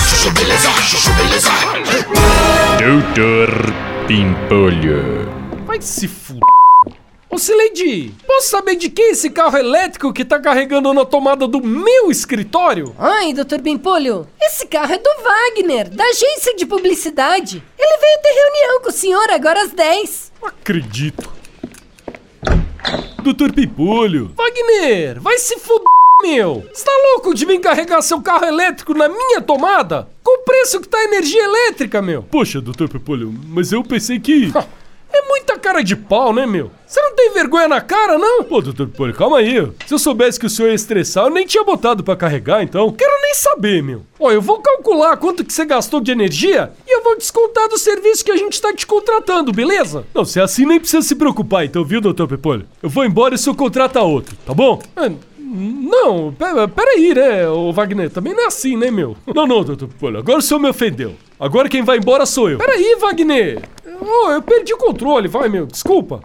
chuchu beleza, chuchu beleza. Doutor Pimpolho. Vai se fuder. Ô Sileidi, posso saber de quem é esse carro elétrico que tá carregando na tomada do meu escritório? Ai, doutor Bimpolho, esse carro é do Wagner, da agência de publicidade. Ele veio ter reunião com o senhor agora às 10. Não acredito. Doutor Pimpolho. Wagner, vai se fuder, meu! Você tá louco de vir carregar seu carro elétrico na minha tomada? Com o preço que tá a energia elétrica, meu! Poxa, doutor Pimpolho, mas eu pensei que... Ha, É muita cara de pau, né, meu? Você não tem vergonha na cara, não? Pô, doutor Pimpolho, calma aí. Se eu soubesse que o senhor ia estressar, eu nem tinha botado pra carregar, então. Quero nem saber, meu. Ó, eu vou calcular quanto que você gastou de energia e eu vou descontar do serviço que a gente tá te contratando, beleza? Não, se é assim, nem precisa se preocupar, então, viu, doutor Pimpolho? Eu vou embora e o senhor contrata outro, tá bom? Ah, Não, pe- peraí, né, ô Wagner? Também não é assim, né, meu? Não, não, doutor Pimpolho, agora o senhor me ofendeu. Agora quem vai embora sou eu. Peraí, Wagner! Ô, eu perdi o controle, vai, meu, desculpa.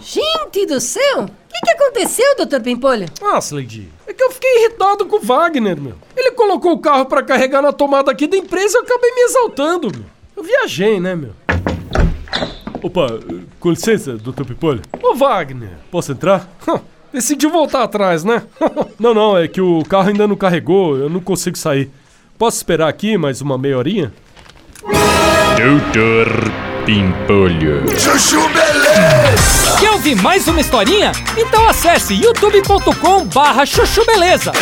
Gente do céu! O que, que aconteceu, doutor Bimpolho? Nossa, Lady, é que eu fiquei irritado com o Wagner, meu. Ele colocou o carro pra carregar na tomada aqui da empresa e eu acabei me exaltando, meu. Eu viajei, né, meu? Opa, com licença, doutor Pimpolho. Ô, Wagner, Posso entrar? decidiu voltar atrás, né? Não, não, é que o carro ainda não carregou, eu não consigo sair. Posso esperar aqui mais uma meia horinha? Doutor Pimpolho. Chuchu beleza. Quer ouvir mais uma historinha? Então acesse youtube.com barra chuchu beleza.